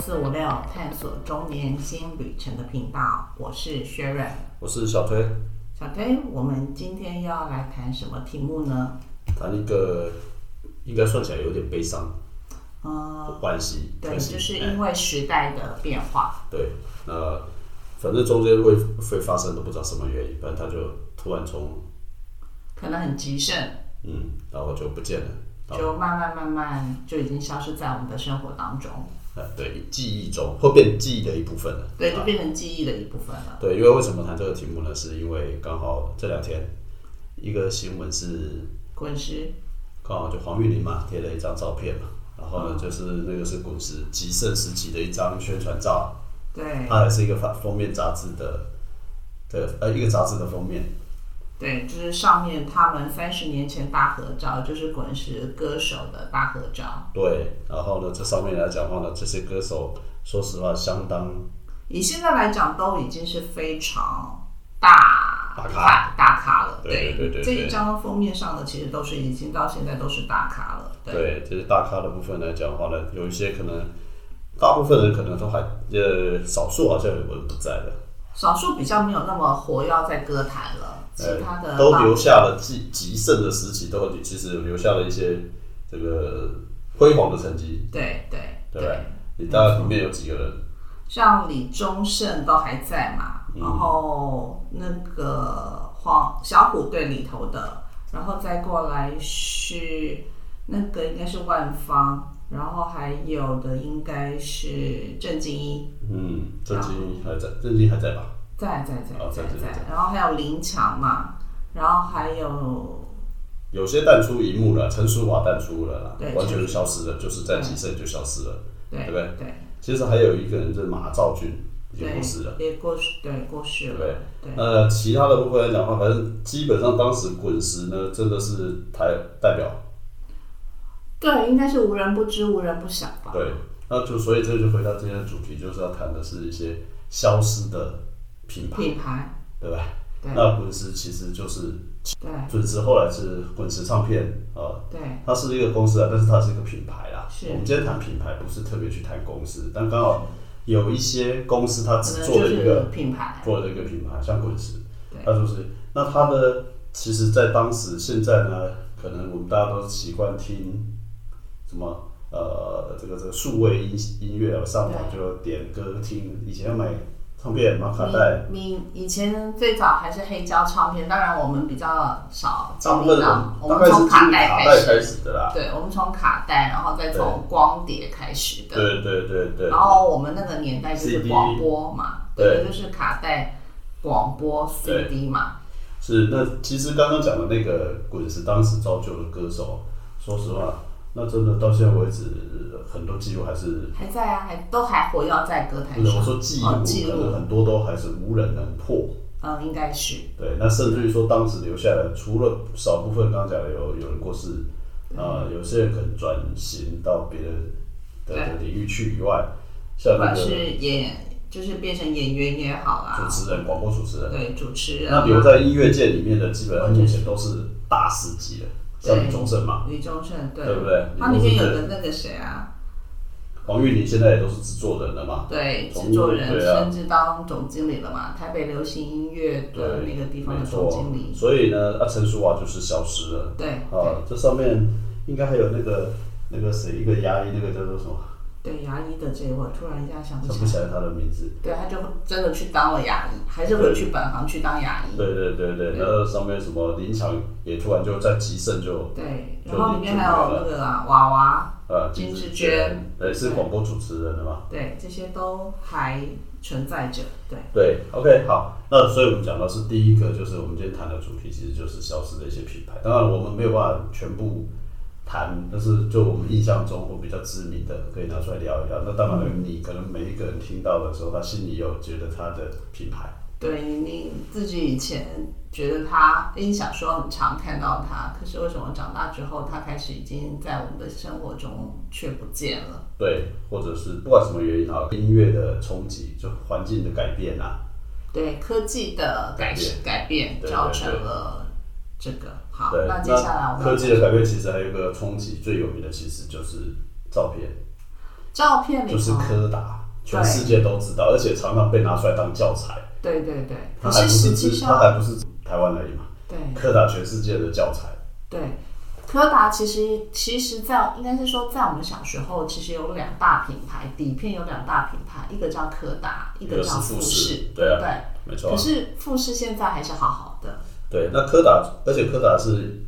四五六探索中年新旅程的频道，我是薛瑞。我是小推，小推，我们今天要来谈什么题目呢？谈一个应该算起来有点悲伤嗯，的关系，对，可惜就是哎因为时代的变化，对，那反正中间会会发生都不知道什么原因，反正他就突然从可能很极盛，嗯，然后就不见了，然后就慢慢慢慢就已经消失在我们的生活当中，哎对记忆中会变记忆的一部分了，对，就啊变成记忆的一部分了。对，因为为什么谈这个题目呢？是因为刚好这两天一个新闻是滚石，刚好就黄玉玲嘛贴了一张照片嘛，然后呢就是那个是滚石极盛时期的一张宣传照，对它还是一个封封面杂志的的呃一个杂志的封面，对，就是上面他们三十年前大合照，就是滚石歌手的大合照，对，然后呢这上面来讲的话呢，这些歌手说实话相当以现在来讲都已经是非常大大咖大咖了。对对对对这一对张封面上的其实都是已经到现在都是大咖了。对这些大咖的部分来讲的话呢，有一些可能大部分人可能都还呃少数好像有人不在了，少数比较没有那么活跃在歌坛了，其他的呃、都大留下了极极盛的时期，都其实留下了一些这个辉煌的成绩，对对对不对？你大概里面有几个人？像李宗盛都还在嘛，嗯然后那个黄小虎队里头的，然后再过来是那个应该是万芳，然后还有的应该是郑敬一，嗯，郑经还在，郑经还在吧？在在在哦在在在在，然后还有林强嘛，然后还有有些淡出荧幕了，陈淑桦淡出了啦对，完全就消失了，就是在极盛就消失了。对对不对对其实还有一个人就是马兆军已经对过世了。也过世对过世了，对呃，其他的部分来讲的话，反正基本上当时滚石呢，真的是台代表，对，应该是无人不知无人不晓吧。对，那就所以这就回到今天的主题，就是要谈的是一些消失的品牌，品牌，对吧？对那滚石其实就是对滚石，后来是滚石唱片啊、呃对它是一个公司啊，但是它是一个品牌啦。是我们今天谈品牌，不是特别去谈公司，但刚好有一些公司它可只能做就了一个是品牌，做了一个品牌，像滚石对，它就是那它的其实，在当时现在呢，可能我们大家都习惯听什么呃这个这个数位音音乐啊，上网就点歌听，以前要买唱片、买卡带，你你以前最早还是黑胶唱片，当然我们比较少大经部分历人到，我们大概是从听卡卡带带开始，开始的啦。对，我们从卡带，然后再从光碟开始的，对对对对然后我们那个年代就是 CD 广播嘛，对对，就是卡带、广播、对 CD 嘛，是，那其实刚刚讲的那个滚石当时造就的歌手，说实话，那真的到现在为止，很多记录还是，还在啊，还都还活跃在歌坛不是上，我说记录，哦记可能录，很多都还是无人能破。嗯，应该是对，那甚至于说当时留下来，除了少部分刚刚讲的有有人过世，啊、嗯有些人可能转型到别的的领域去以外，像不那管个是主演，就是变成演员也好啦，持人、广播主持人，对，主持人啊，那留在音乐界里面的，基本上或者目前都是大师级的，像李宗盛嘛。李宗盛，对，对不对他里面李宗有盛个那个谁啊，黄玉玲现在也都是制作人了嘛，对，从制作人，对啊甚至当总经理了嘛，台北流行音乐的那个地方没的总错经。理，所以呢，啊，陈淑桦就是消失了对啊。这上面应该还有那个那个谁，一个牙医，那个叫做什么？对，牙医的这一我突然一下想不想起不来，起来他的名字。对，他就真的去当了牙医，还是回去本行去当牙医，对对对对，然后上面什么林强也突然就在极盛就对，就然后里面还有那个啊娃娃，呃金志娟，对，是对广播主持人了嘛。对，这些都还存在着，对，对，OK，好，那所以我们讲到是第一个，就是我们今天谈的主题，其实就是消失的一些品牌。当然，我们没有办法全部谈，但是就我们印象中或比较知名的，可以拿出来聊一聊。那嗯当然，你可能每一个人听到的时候，他心里有觉得他的品牌，对你自己以前觉得他，因为小时候很常看到他，可是为什么长大之后他开始已经在我们的生活中却不见了？对，或者是不管什么原因啊，音乐的冲击，就环境的改变啊，对科技的改改变对对造成了这个。好对，，那接下来我们科技的改变其实还有一个冲击，最有名的其实就是照片。照片里头，就是柯达，全世界都知道，而且常常被拿出来当教材。对对对，它可还不是实是际只它还上，不是台湾而已嘛，对柯达全世界的教材。对，柯达其实其实在应该是说，在我们小时候，其实有两大品牌，底片有两大品牌，一个叫柯达，一个一个叫是富士士，对啊对。没错啊、可是富士现在还是好好的，对，那柯达，而且柯达是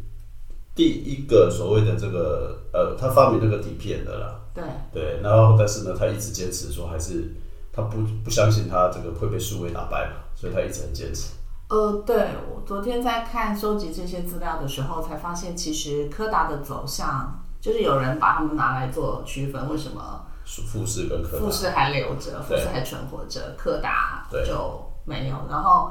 第一个所谓的这个呃，他发明那个底片的啦。对对，然后但是呢，他一直坚持说还是他不不相信他这个会被数位打败嘛，所以他一直很坚持。呃，对我昨天在看收集这些资料的时候，才发现其实柯达的走向，就是有人把它们拿来做区分，为什么富士跟柯达富，士还留着，富对士还存活着，柯达对就没有。然后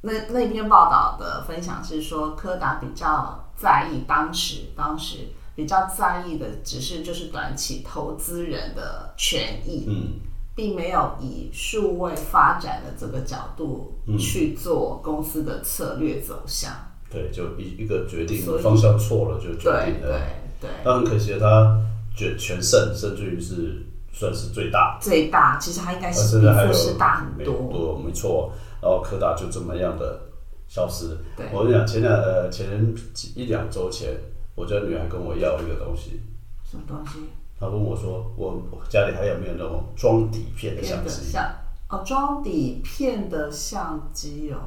那那篇报道的分享是说，柯达比较在意当时，当时比较在意的只是就是短期投资人的权益，嗯，并没有以数位发展的这个角度去做公司的策略走向。对，就一一个决定所以方向错了就决对定对了。对，但很可惜，他全全胜，甚至于是算是最大，最大其实它应该而是甚比啊至还有富士大很美多。国没错。然后柯达就这么样的消失。对我跟你讲，前两呃前几一两周前，我家女孩跟我要一个东西，什么东西？她问我说，我我家里还有没有那种装底片的片相的机？相哦，装底片的相机哦，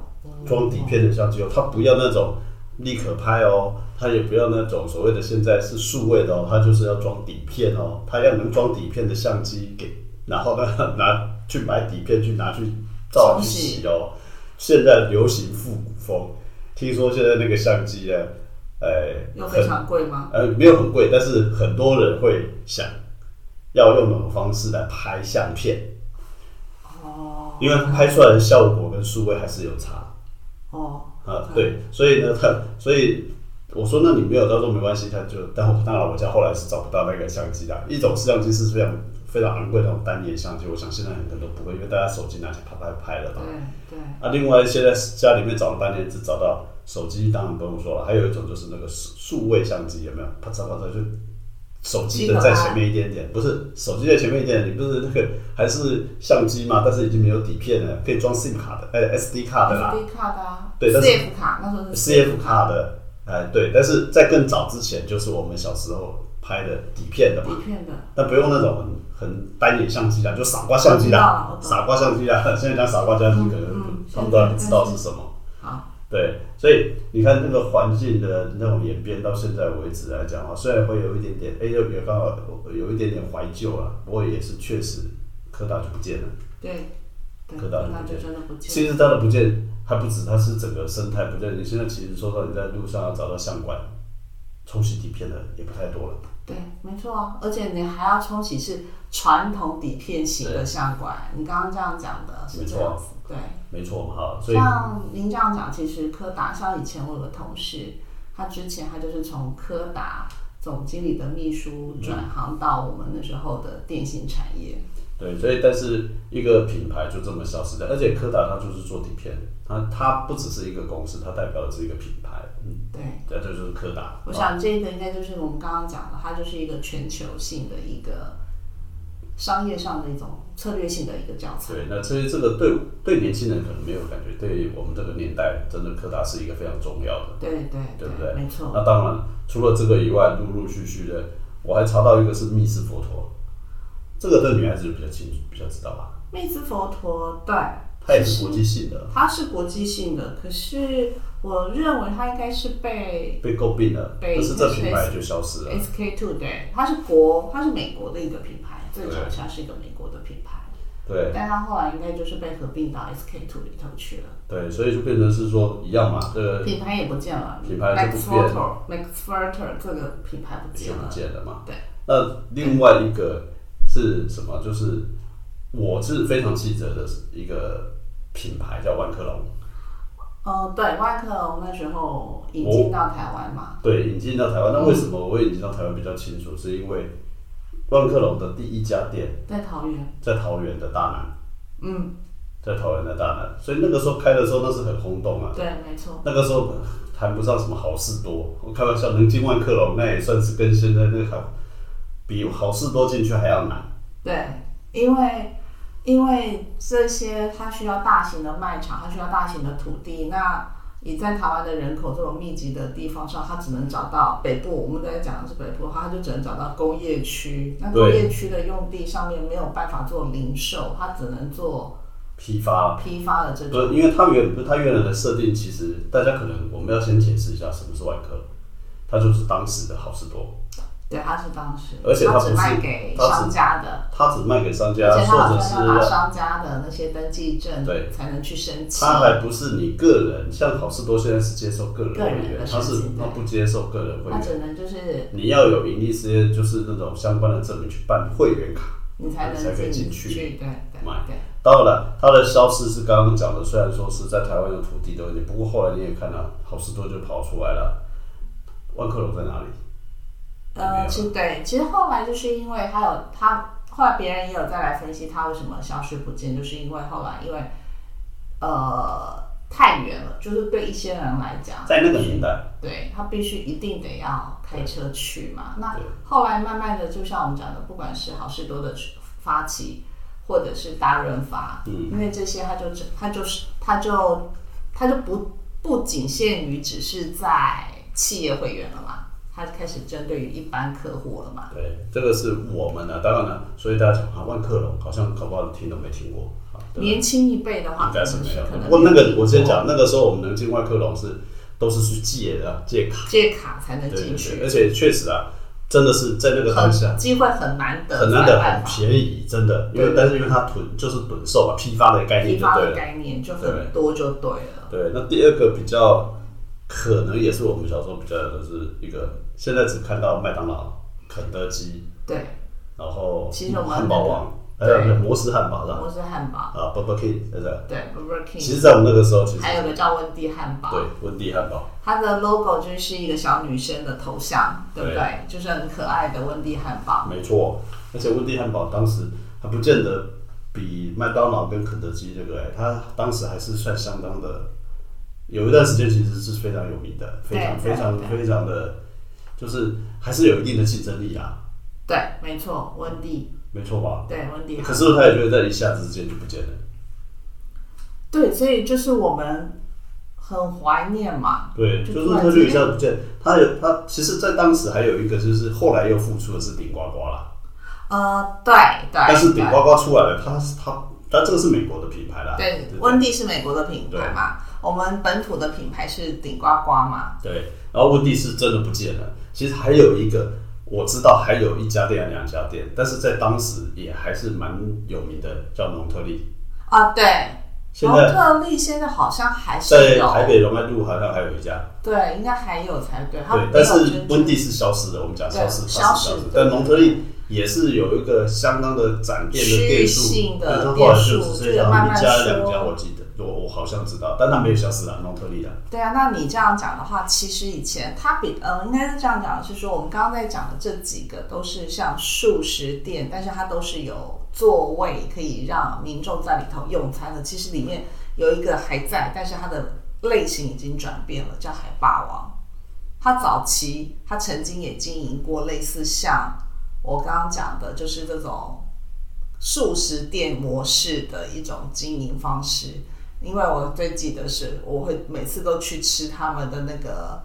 装底片的相机哦，它不要那种立可拍哦，它也不要那种所谓的现在是数位的哦，它就是要装底片哦，它要能装底片的相机给，然后呢拿去买底片去拿去照去洗哦。现在流行复古风，听说现在那个相机呢，呃，又很非常贵吗？呃没有很贵，但是很多人会想要用那种方式来拍相片，哦因为拍出来的效果跟数位还是有差。哦，啊，对，所以呢，他所以我说，那你没有，他说没关系，他就，但我当然我家后来是找不到那个相机的，一种是相机是非常非常昂贵的那种单眼相机，我想现在很多人都不会，因为大家手机拿起来啪啪拍了对嘛。对，啊，另外现在家里面找了半天只找到手机，当然不用说了，还有一种就是那个数数位相机，有没有？啪嚓啪嚓就。手机的在前面一点点，不是手机在前面一点点，你不是那个还是相机嘛？但是已经没有底片了，可以装 SIM 卡的，哎、SD 卡的啦。 SD 卡的啊，对但是，CF 卡那时候是 CF 卡的，哎，对，但是在更早之前，就是我们小时候拍的底片的嘛，底片的，那不用那种很很单眼相机啦，就傻瓜相机啦我，知道傻瓜相机啦，现在讲傻瓜相机，可嗯能嗯他们都还不知道是什么。好，对，所以你看那个环境的那种演变到现在为止来讲啊，虽然会有一点点，哎，又也刚好有一点点怀旧啊，不过也是确实科大就不见了。对对，柯达就那不就见真的不其见了，实它的不见还不止，它是整个生态不见。你现在其实说到你在路上要找到相馆冲洗底片的也不太多了。对，没错啊，而且你还要冲洗是传统底片型的相馆，你刚刚这样讲的是没这错啊样子，对。没错嘛哈，所以像您这样讲，其实柯达，像以前我有个同事，他之前他就是从柯达总经理的秘书转行到我们那时候的电信产业。对，所以但是一个品牌就这么消失掉，而且柯达它就是做底片，它它不只是一个公司，它代表的是一个品牌，嗯，对，对，这就是柯达。我啊想这个应该就是我们刚刚讲的，它就是一个全球性的一个商业上的一种策略性的一个教材。对，那至于这个对对年轻人可能没有感觉，对我们这个年代，真的柯达是一个非常重要的。对对对不对？啊没错。那当然，除了这个以外，陆陆续续的，我还查到一个是密室佛陀，这个对女孩子就比较清楚，比较知道吧？密兹佛陀，对，它也是国际性的，它是国际性的，可是我认为它应该是被被诟病了，被但是这品牌就消失了。 SK two 对，它是国，它是美国的一个品牌，最早它是一个美国的品牌，对但它后来应该就是被合并到 SK two 里头去了，对，所以就变成是说一样嘛，这个品牌也不见了，品牌就 Max 不变 Factor Max Factor 这个品牌不就见不了，见了嘛。对，那另外一个是什么？就是我是非常记得的一个品牌叫万科龙，呃，对，万客隆那时候哦引进到台湾嘛，对，引进到台湾。那为什么我会引进到台湾比较清楚？是因为万科龙的第一家店在桃园，在桃园的大南，嗯，在桃园的大南，所以那个时候开的时候那是很轰动啊。对，没错，那个时候呃谈不上什么好事多，我开玩笑，能进万客隆那也算是跟现在那个好比好事多进去还要难。对，因为因为这些它需要大型的卖场，它需要大型的土地。那你在台湾的人口这么密集的地方上，它只能找到北部。我们刚才讲的是北部的话，它就只能找到工业区。那工业区的用地上面没有办法做零售，它只能做批发。批发的这不是，种。因为它原不是它原来的设定，其实大家可能我们要先解释一下什么是外科，它就是当时的好事多，对，它是当时，而且它它不是只卖给它只商家的，它只卖给商家而且它或好者像要拿是商家的那些登记证对才能去申请。它还不是你个人，像好事多现在是接受个人个人会员的，它申是请它对不接受个人会它员，只能就是你要有盈利事业就是那种相关的证明去办会员卡。你才才能可以进进去对对买对。当然了，它的消失是刚刚讲的，虽然说是在台湾有土地的问题，不过后来你也看到好事多就跑出来了，万客隆在哪里？没有呃，了其实对，其实后来就是因为还有他，后来别人也有再来分析他为什么消失不见，就是因为后来因为呃太远了，就是对一些人来讲，在那个年代，对他必须一定得要开车去嘛。那对后来慢慢的，就像我们讲的，不管是好事多的发起，或者是大润发，嗯因为这些他就只他就是他就他就不不仅限于只是在企业会员了嘛，他开始针对于一般客户了嘛。对，这个是我们啊，当然了，所以大家讲啊，万客隆好像搞不好听都没听过，啊对年轻一辈的话，应该是没可能可能有。不过那个我先没有讲，那个时候我们能进万客隆是都是去借的借卡，借卡才能对对进对，而去，且确实啊，真的是在那个当下很机会很难得，很难才有得，办很法便宜，真的，因为对但是因为它囤就是囤售嘛，批发的概念批就发对的了。概念就对很多就对了。对，那第二个比较可能也是我们小时候比较有的是一个，现在只看到麦当劳、肯德基，对，然后其实我们汉堡王，还那有个那个摩斯汉堡的我是汉堡，啊，Burger King 对不对？对，Burger King。其实，在我们那个时候，其实还有个叫温蒂汉堡，对温蒂汉堡，它的 logo 就是一个小女生的头像，对不对？就是很可爱的温蒂汉堡。没错，而且温蒂汉堡当时还不见得比麦当劳跟肯德基这个、哎它当时还是算相当的，有一段时间其实是非常有名的，非常对非常对非常的，就是还是有一定的竞争力啊。对，没错，温蒂，没错吧？对，温蒂汉堡可。是他也就会在一下子之间就不见了。对，所以就是我们很怀念嘛。对，就就突是然他就一之间下子不见。他有他其实，在当时还有一个就是后来又复出的是顶呱呱啦，呃，对对。但是顶对呱呱出来了，他是他他这个是美国的品牌啦。对对，温蒂是美国的品牌嘛，我们本土的品牌是顶呱呱嘛。对，然后温蒂是真的不见了。其实还有一个我知道还有一家店两家店，但是在当时也还是蛮有名的，叫农特利。啊，对，现蒙在特利哦现在好像还是在有，台北荣安路好像还有一家，对，应该还有才对。它没对有，但是真正温蒂是消失的，我们讲对消失，消它失是消失对。但蒙特利也是有一个相当的展店的区域店数，性的但它后来店就数只就剩是下慢慢一家两说家，我记得，我我好像知道，但它没有消失啊，蒙特利啊，对啊，那你这样讲的话，其实以前它比呃，应该是这样讲，是说我们刚刚在讲的这几个都是像素食店，但是它都是有座位可以让民众在里头用餐的。其实里面有一个还在，但是它的类型已经转变了，叫海霸王。它早期它曾经也经营过类似像我刚刚讲的，就是这种素食店模式的一种经营方式。因为我最记得是，我会每次都去吃他们的那个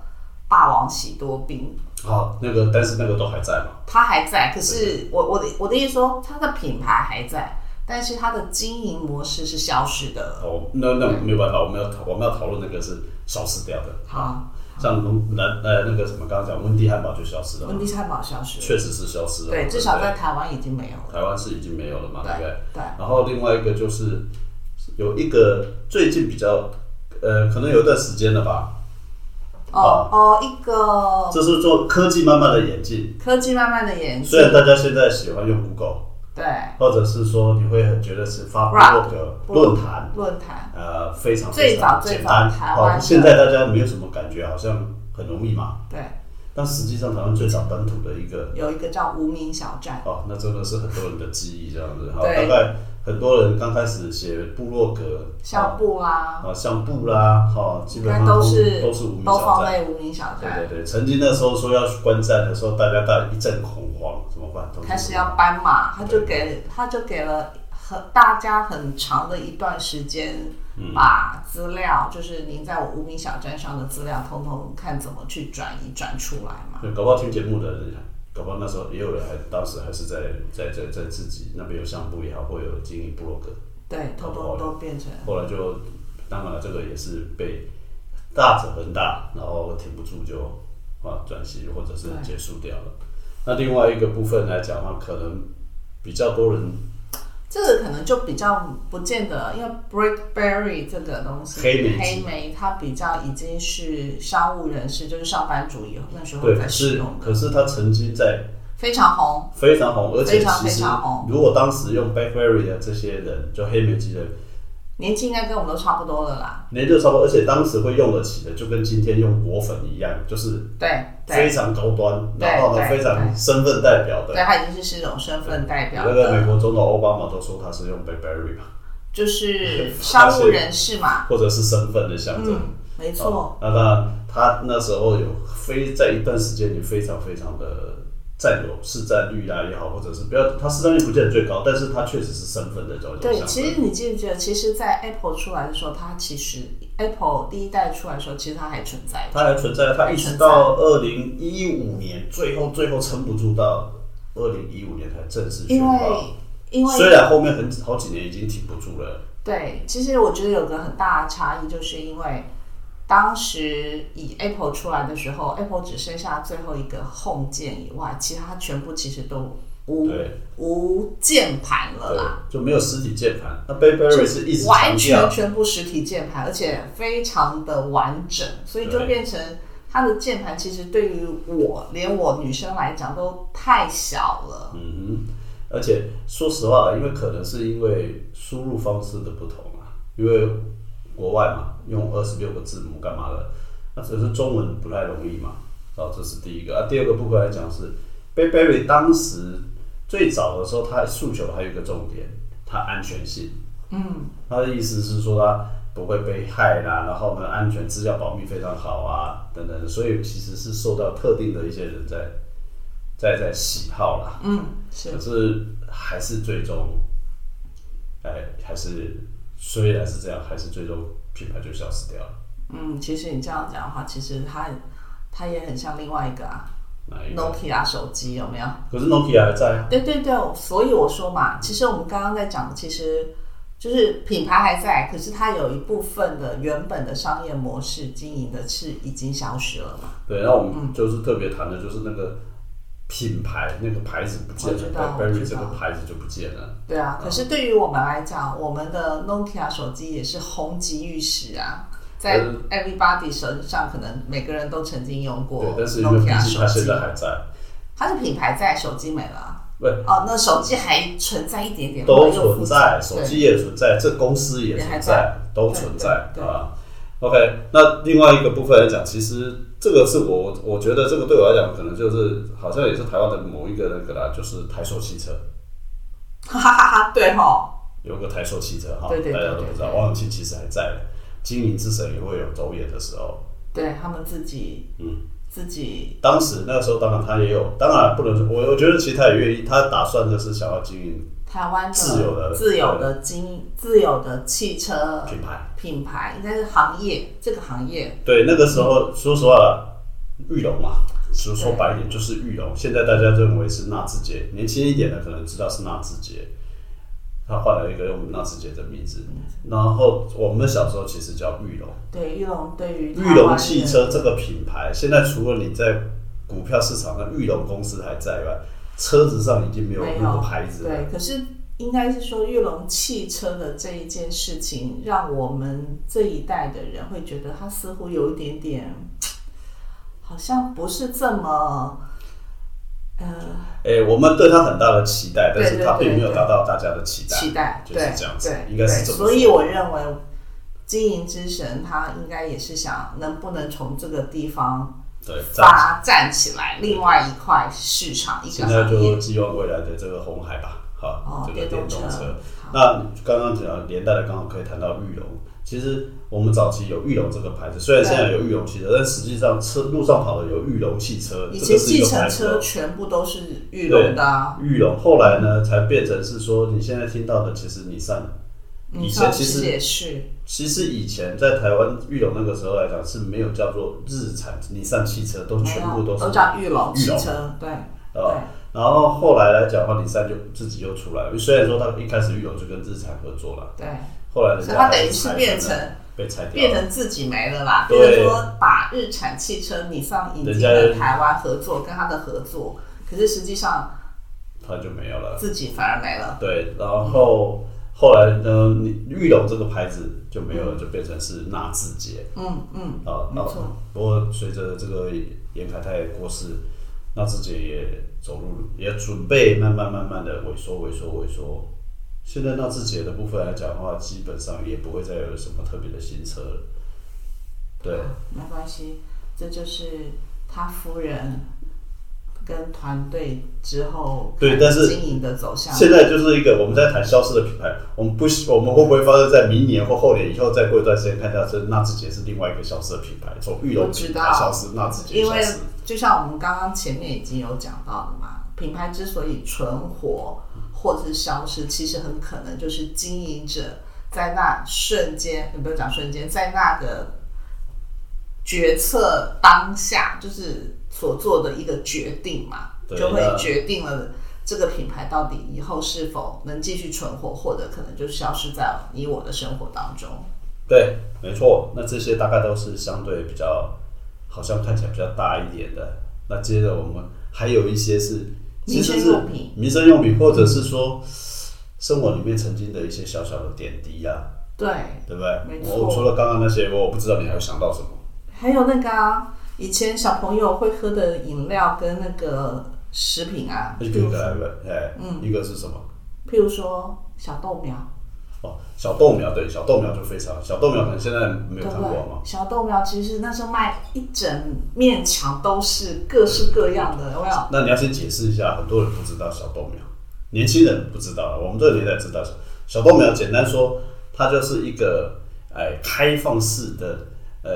霸王喜多冰，好，那个但是那个都还在嘛，它还在。可是我我的我的意思说，它的品牌还在，但是它的经营模式是消失的了。哦，那那没有办法，我们要讨我们要讨论那个是消失掉的，好，像农南呃那个什么刚刚讲温蒂汉堡就消失了嘛温，蒂汉堡消失了，确实是消失了，嗯对，至少不在台湾已经没有了。台湾是已经没有了嘛，对不对？对，然后另外一个就是有一个最近比较，呃，可能有一段时间了吧，哦哦，一个这是说科技慢慢的演进，科技慢慢的演进虽，然大家现在喜欢用 Google，对，或者是说你会很觉得是发布各个论坛，论坛，呃，非常最非早常嗯最简早单，台湾哦，的现在大家没有什么感觉，好像很容易嘛，对，但实际上台湾最早本土的一个有一个叫无名小站，哦，那真的是很多人的记忆这样子，好，大对概很多人刚开始写部落格，校部啊，啊，像布啦，哈、基应本该上都是都是无名都小放站。在无名小对站。对对，曾经那时候说要去观战的时候，大家大一阵恐慌，什么办？同开始时怎么要办搬嘛，他就给他就给了很大家很长的一段时间，把资料、就是您在我无名小站上的资料，通通看怎么去转移转出来嘛。对，搞不好听节目的人，搞不好那时候也有人还当时还是在在在在自己那边有相簿也好，或有经营部落格，对，通通都变成后来就当然了这个也是被大者恒大，然后挺不住就啊转型或者是对结束掉了。那另外一个部分来讲的话，可能比较多人这个可能就比较不见得，因为 BlackBerry 这个东西，黑莓机黑莓它比较已经是商务人士，就是上班族以后那时候对，才可使是用的，可是他曾经在非常红。非常红，而且非常其实非常红如果当时用 BlackBerry 的这些人，就黑莓机的，年纪应该跟我们都差不多了啦。年就差不多，而且当时会用得起的，就跟今天用果粉一样，就是对非对常高端，对然后呢对非常身份代表的。对，他已经是这种身份代表那个美的，国总统奥巴马都说他是用 BlackBerry 嘛， 就是商务人士嘛。或者是身份的象征。嗯，没哦错，那当然，他那时候有非在一段时间里非常非常的占有市占率啊也好，或者是不要他市占率不见得最高，但是他确实是身份的这种对。象其征。实你记不记得，其实，在 Apple 出来的时候，它其实 Apple 第一代出来的时候，其实它还存在的。它还存在，它一直到二零一五年，最后最后撑不住到二零一五年才正式宣因告。为因为虽然后面很好几年已经挺不住了，对，其实我觉得有个很大的差异，就是因为当时以 Apple 出来的时候，Apple 只剩下最后一个 Home 键以外，其他全部其实都无对，无键盘了对啦。，就没有实体键盘。那 BlackBerry 是一直呃完强全调，全部实体键盘，而且非常的完整，所以就对变成它的键盘其实对于我，连我女生来讲都太小了。嗯哼，而且说实话，因为可能是因为输入方式的不同啊，因为国外嘛，用二十六个字母干嘛的，那只是中文不太容易嘛。哦，这是第一个啊。第二个部分来讲是，BlackBerry 当时最早的时候，它诉求还有一个重点，它安全性。嗯，他的意思是说他不会被害啦，然后呢，安全资料保密非常好啊，等等的，所以其实是受到特定的一些人在在在喜好啦，嗯，是可是还是最终，哎，还是虽然是这样，还是最终品牌就消失掉了。嗯，其实你这样讲的话，其实它它也很像另外一个啊哪一个？ ，Nokia 手机有没有？可是 Nokia 还在啊，对对对，所以我说嘛，其实我们刚刚在讲的，其实就是品牌还在，可是它有一部分的原本的商业模式经营的是已经消失了嘛。对，那我们就是特别谈的就是那个品牌那个牌子不见我知了道我，BlackBerry 知这道个牌子就不见了。对啊，可是对于我们来讲，我们的 Nokia 手机也是红极一时啊，在嗯 everybody 手上，可能每个人都曾经用过对，但是因为 Nokia 毕竟它手现机在。还在，它是品牌在，手机没了啊。对哦，那手机还存在一点点，都后来又存复在，制手机也存在，这公司也也还存在在，都对存对在对啊。OK，那另外一个部分来讲，其实这个是我我觉得这个对我来讲，可能就是好像也是台湾的某一个那个啦，就是台塑汽车对哈哈哈哈，对吼，有个台塑汽车哈，对对对大家都不知道，对对王永庆其实还在，经营之神也会有走眼的时候。对他们自己，嗯，自己当时那个时候，当然他也有，当然不能说，我我觉得其实他也愿意，他打算就是想要经营台湾的自由的自由的经自由的汽车品牌。品牌，应该是行业这个行业，对，那个时候、说实话，玉龙嘛，说说白一点就是玉龙。现在大家认为是纳智捷，年轻一点的可能知道是纳智捷，他换了一个用纳智捷的名字。然后我们小时候其实叫玉龙，对玉龙对于玉龙啊台湾汽的车这个品牌，现在除了你在股票市场上玉龙公司还在外，车子上已经没有没那个有牌子了。对，可是应该是说玉龙汽车的这一件事情，让我们这一代的人会觉得它似乎有一点点，好像不是这么，呃，哎、我们对它很大的期待，但对是对它并对没有对达到大家的期待。期待，就是对这样子对，应该是这对么所以说我认为。经营之神，他应该也是想能不能从这个地方对，这样发展起来，另外一块市场一个现在行就业。寄望未来的这个红海吧，哈、哦，这个电动车车。，好那刚刚讲连带的刚好可以谈到玉龙，其实我们早期有裕隆这个牌子，虽然现在有裕隆汽车，但实际上车路上跑的有裕隆汽车，以呃前这个是一计个程牌子车哦。全部都是玉龙的、啊，裕隆后来呢，才变成是说你现在听到的，其实你上以你前嗯上其实次也是，其实以前在台湾玉龙那个时候来讲是没有叫做日产、尼桑汽车，都全部都都是叫玉龙汽裕隆车，对呃，然后后来来讲的话，尼桑就自己又出来了。虽然说它一开始玉龙就跟日产合作了，对对，后来人所家以它等于还是拆变了成被拆掉变了。成自己没了啦。比对如说把日产汽车你上引进了人家台湾合作，跟他的合作，嗯可是实际上它就没有了。自己反而没了。对，然后后来呢，你玉龙这个牌子就没有了，就变成是纳智捷嗯嗯，啊。没那错不过随着这个严凯泰过世，纳智捷也走入，也准备慢慢慢慢的萎缩萎缩萎缩。现在纳智捷的部分来讲的话，基本上也不会再有什么特别的新车了。对，没关系，这就是他夫人跟团队之后对看但是经营的走向。现在就是一个我们在谈消失的品牌，我们不，我们会不会发生在明年或后年以后，再过一段时间看到，这纳智捷是另外一个消失的品牌，从玉龙品牌消失，纳智捷因消为失，就像我们刚刚前面已经有讲到的嘛，品牌之所以存活或是消失，其实很可能就是经营者在那瞬间，也不要讲瞬间，在那个决策当下，就是所做的一个决定嘛，对就会那决定了。这个品牌到底以后是否能继续存活，或者可能就消失在你我的生活当中？对，没错。那这些大概都是相对比较，好像看起来比较大一点的。那接着我们还有一些是民其生实是用品民生用品或者是说生活里面曾经的一些小小的点滴啊，对，对不对没？错我除了刚刚那些，我不知道你还会想到什么。还有那个啊，以前小朋友会喝的饮料跟那个食品啊，一譬个一如个来问，哎，嗯一个是什么？譬如说小豆苗，哦，小豆苗对，小豆苗就非常，小豆苗可能现在没对有不看过嘛对？。小豆苗其实那时候卖一整面墙都是各式各样的，有没有？那你要先解释一下，很多人不知道小豆苗，年轻人不知道，我们这个年代知道小小豆苗。简单说，它就是一个哎开放式的呃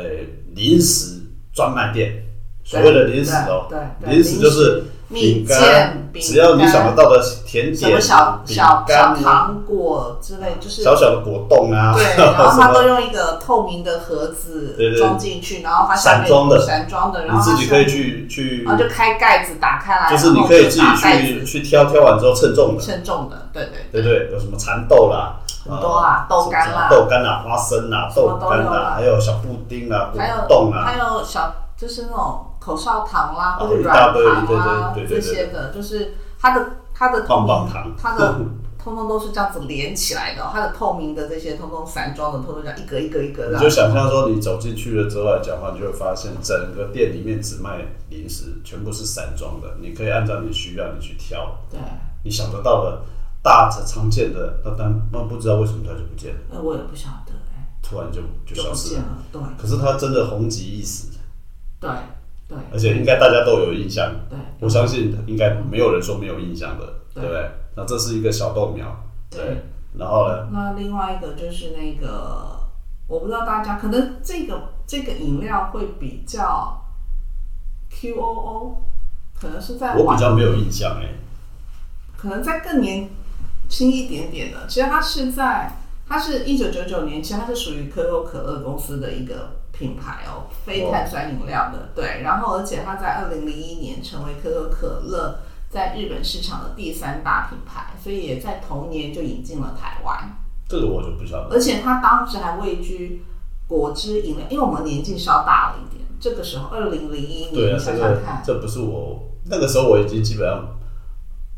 零食专卖店。所谓的零食哦，对对对零食就是零食饼干蜜，饯只要你饼干想得到的甜什么点、小饼小干小啊、糖果之类，就是小小的果冻啊， 对，什么然后它都用一个透明的盒子对对装进去，然后它下面散装的散装的，然你后它自己可以上去去然后就开盖子打开来，就是你然后可以自己打盖去子去挑，挑完之后称重的，称重的，对对对不对？有什么蚕豆啦，很多啊呃豆干啦什么豆干啦，花生啦，什豆么都有干啦啦，还有小布丁啦，还有果冻啦，还有小就是那种口哨糖啦，啊哦或者一软大堆糖啦对这对对对对些的，就是它的它的透棒棒明，糖它的通通都是这样子连起来的哦，它的透明的这些通通散装的，通通这样一格一格一格你就的。想象说，你走进去了之后来讲的话，你就会发现整个店里面只卖零食，全部是散装的，你可以按照你需要你去挑，对，你想得到的大的常见的，那但那不知道为什么它就不见了，那我也不晓得，哎，突然就就就消不失见了。了。对可是它真的红极一时，对对而且应该大家都有印象，对，我相信应该没有人说没有印象的，对对不对？那这是一个小豆苗，对对。然后呢，那另外一个就是那个，我不知道大家可能这个这个饮料会比较 QOO，可能是在我比晚，较没有印象哎、可能在更年轻一点点的。其实它是在，它是一九九九年，其实它是属于可口可乐公司的一个品牌哦，非碳酸饮料的。对，然后而且它在二零零一年成为可口可乐在日本市场的第三大品牌，所以也在同年就引进了台湾。这个我就不晓得。而且他当时还位居果汁饮料，因为我们年纪稍大了一点，这个时候二零零一对年，你，啊这想个想看，这不是我那个时候我已经基本上，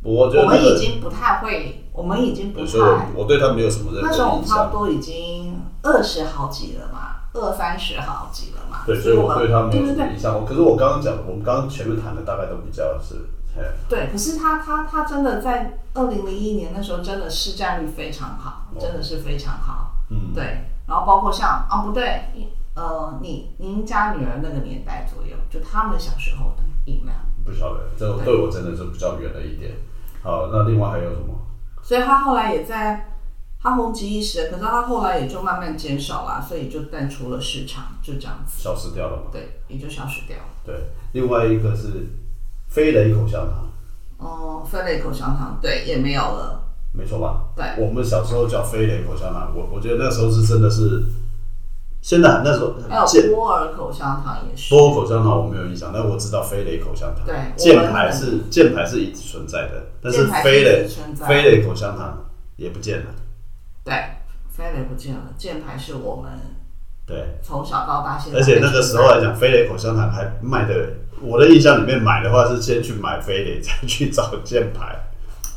我觉得我那们已个，经不太会，我们已经不所以我太，我对他没有什么认那真时候我的们印差不象。多已经二十好几了嘛，二三十好几了嘛，对，所以我对他没对对有什么对印象。我可是我刚刚讲，我们刚刚前面谈的大概都比较是，嘿对，可是他他他真的在二零零一年那时候真的市占率非常好，哦真的是非常好，嗯，对，然后包括像哦不对，呃，你您家女儿那个年代左右，就他们小时候的饮料。不晓得，这个对我真的是比较远了一点。好，那另外还有什么？所以他后来也在它红极一时，可是它后来也就慢慢减少啦，所以就淡出了市场，就这样子，消失掉了嘛。对，也就消失掉了。对，另外一个是飞雷口香糖，哦、分类口香糖，对，也没有了。没错吧？对，我们小时候叫飞雷口香糖，我我觉得那时候是真的是，现在那时候还有健波尔口香糖也是。波口香糖我没有印象，但我知道飞雷口香糖。对我箭们牌是箭牌是一直存在的，但是箭牌是飞一雷直存在飞雷口香糖也不见了。对，飞雷不见了，箭牌是我们对，从小到大现在。而且那个时候来讲，飞雷口香糖还卖的，我的印象里面买的话是先去买飞雷，再去找箭牌。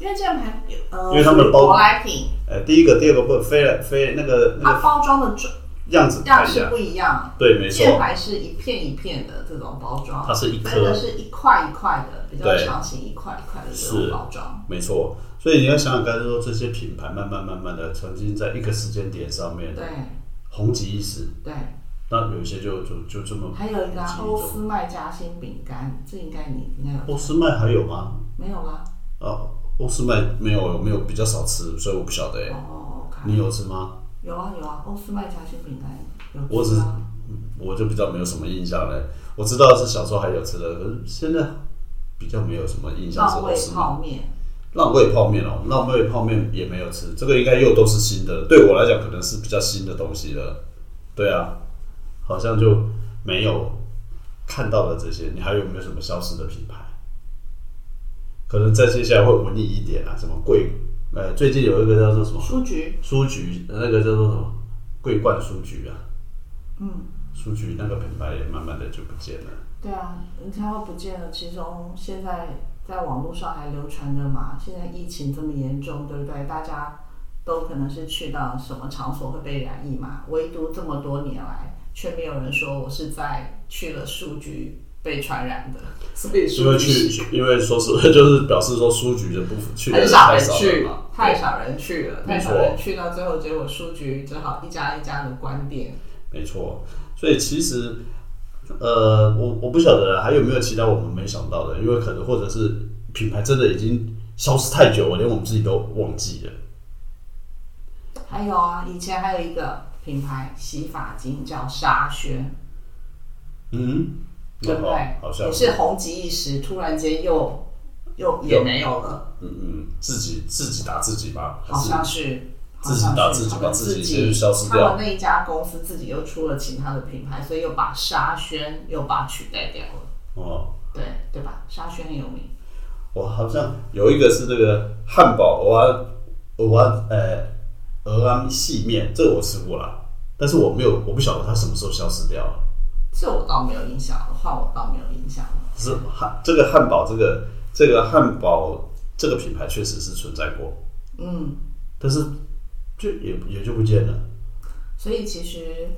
因为键盘有呃，因为他们的包舶来品，呃，第一个、第二个不飞雷飞那个那它个包装的装样子不太样一式样，不一样。对，没键错，盘是一片一片的这种包装，它是一真的颗，是一块一块的，比较对长形一块一块的这是种包装。没错。所以你要想想看，就是说这些品牌慢慢慢慢的曾经在一个时间点上面对红极一时，对，那有一些就就就这么还有一个啊其中欧斯麦夹心饼干，这应该你应该有欧斯麦还有吗？没有啦？啊，欧斯麦没有，没有比较少吃，所以我不晓得、欸。哦，OK，你有吃吗？有啊有啊，欧斯麦夹心饼干有我吃只啊我就比较没有什么印象嘞、我知道是小时候还有吃的，可是现在比较没有什么印象是浪欧味斯麦。泡面，浪味泡面哦，浪味泡面也没有吃，这个应该又都是新的，对我来讲可能是比较新的东西了。对啊，好像就没有看到的这些，你还有没有什么消失的品牌？可能再接下来会文艺一点啊，什么桂，呃，最近有一个叫做什么书局书局，那个叫做什么桂冠书局啊，嗯，书局那个品牌也慢慢的就不见了。对啊，你看它不见了。其中现在在网络上还流传着嘛，现在疫情这么严重，对不对？大家都可能是去到什么场所会被染疫嘛，唯独这么多年来，却没有人说我是在去了书局被传染的，所以因书为局去，因为说是 就是表示说书局的部分去的很人少太人少了去嘛，，太少人去了，没太错少人去到最后，结果书局只好一家一家的关店。没错，所以其实，呃，我我不晓得还有没有其他我们没想到的，因为可能或者是品牌真的已经消失太久了，连我们自己都忘记了。还有啊，以前还有一个品牌洗发精叫沙宣。嗯，对不好对？好像也是红极一时，突然间又又也没有了，嗯嗯，自己自己打自己吧，还好是像是。自己打自好像是己把他们自自己先消失掉他们那一家公司自己又出了其他的品牌，所以又把沙宣又把它取代掉了，哦，对对吧？沙宣很有名，我好像有一个是那个汉堡鹅啊鹅啊呃鹅啊细面，这个我吃过啦，但是我没有我不晓得它什么时候消失掉啊了。这我倒没有印象了，换我倒没有印象了。只是汉这个汉堡这个这个汉堡这个品牌确实是存在过，嗯，但是就也也就不见了。所以其实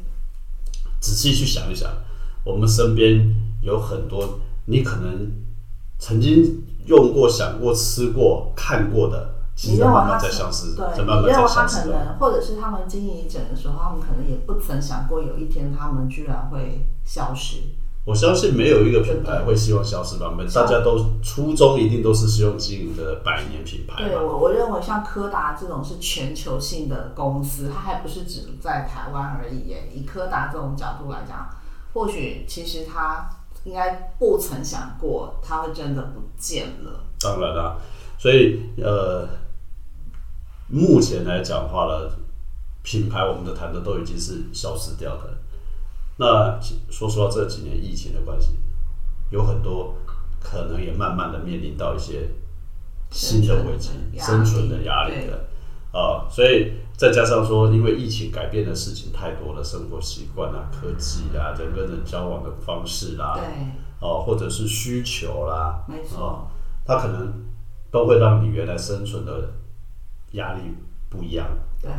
仔细去想一想，我们身边有很多你可能曾经用过、想过、吃过、看过的，其你实认为慢啊他慢在可消失，在对，慢你认慢在为他消可失了。能，或者是他们经营一整的时候，他们可能也不曾想过有一天他们居然会消失。我相信没有一个品牌会希望消失吧？我们大家都初衷一定都是希望经营的百年品牌对嘛。我，我认为像柯达这种是全球性的公司，它还不是只在台湾而已耶。以柯达这种角度来讲，或许其实它应该不曾想过它会真的不见了。当然啦、所以呃，目前来讲话呢，品牌我们的谈的都已经是消失掉的。那说实话，这几年疫情的关系，有很多可能也慢慢的面临到一些新的危机、生生存存的的压压力力的啊、所以再加上说，因为疫情改变的事情太多了，生活习惯啊、科技啊、人跟人交往的方式啦、对，哦，或者是需求啦，没哦错，，它可能都会让你原来生存的压力不一样。对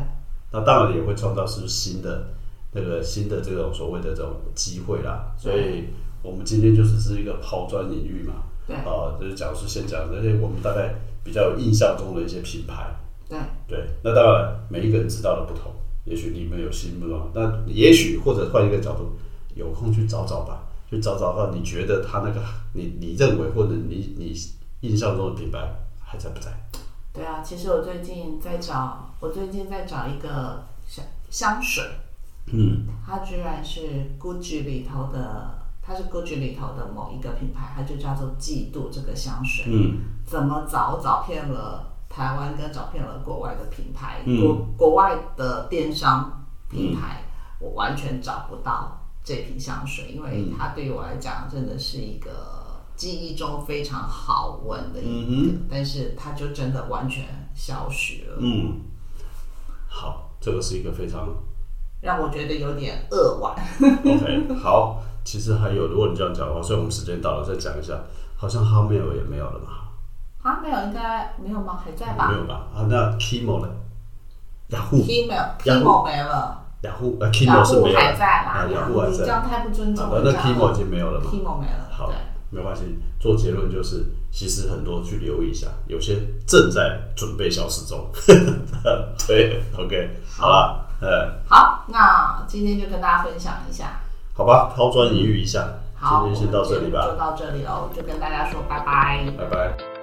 那当然也会创造出新的那个新的这种所谓的这种机会啦。所以我们今天就只是一个抛砖引玉嘛，对啊，就是讲是先讲这些我们大概比较有印象中的一些品牌。对，对，那当然每一个人知道的不同，也许你们有心目中，那也许或者换一个角度，有空去找找吧，去找找看你觉得他那个你你认为或者你你印象中的品牌还在不在？对啊，其实我最近在找，我最近在找一个香香水，嗯，它居然是 Gucci 里头的，它是 Gucci 里头的某一个品牌，它就叫做嫉妒这个香水。嗯，怎么找找遍了台湾跟找遍了国外的品牌，嗯国国外的电商品牌，我完全找不到这瓶香水，因为它对于我来讲真的是一个记忆中非常好闻嗯的一个，但是它就真的完全消失了，嗯，好，这个是一个非常让我觉得有点扼腕。 OK，好，其实还有，如果你这样讲的话，虽然我们时间到了，再讲一下，好像 h a m e l 也没有了嘛，啊，没有，应该没有吗？还在吧没有吧？啊，那 Kimo 呢？雅虎，Yahoo ？Kimo，Kimo 没了雅虎，呃，Kimo 嗯是没有还了，在啦啊，雅虎还你这在，样太不尊重好人那家 Kimo 了。已经没有了嘛？ Kimo 没了，好对。，没关系。做结论就是，其实很多去留意一下，有些正在准备消失中。 对，OK，好了，呃，好，那今天就跟大家分享一下。好吧，抛砖引玉一下，好，今天先到这里我们吧，就到这里喽，就跟大家说拜拜。拜拜。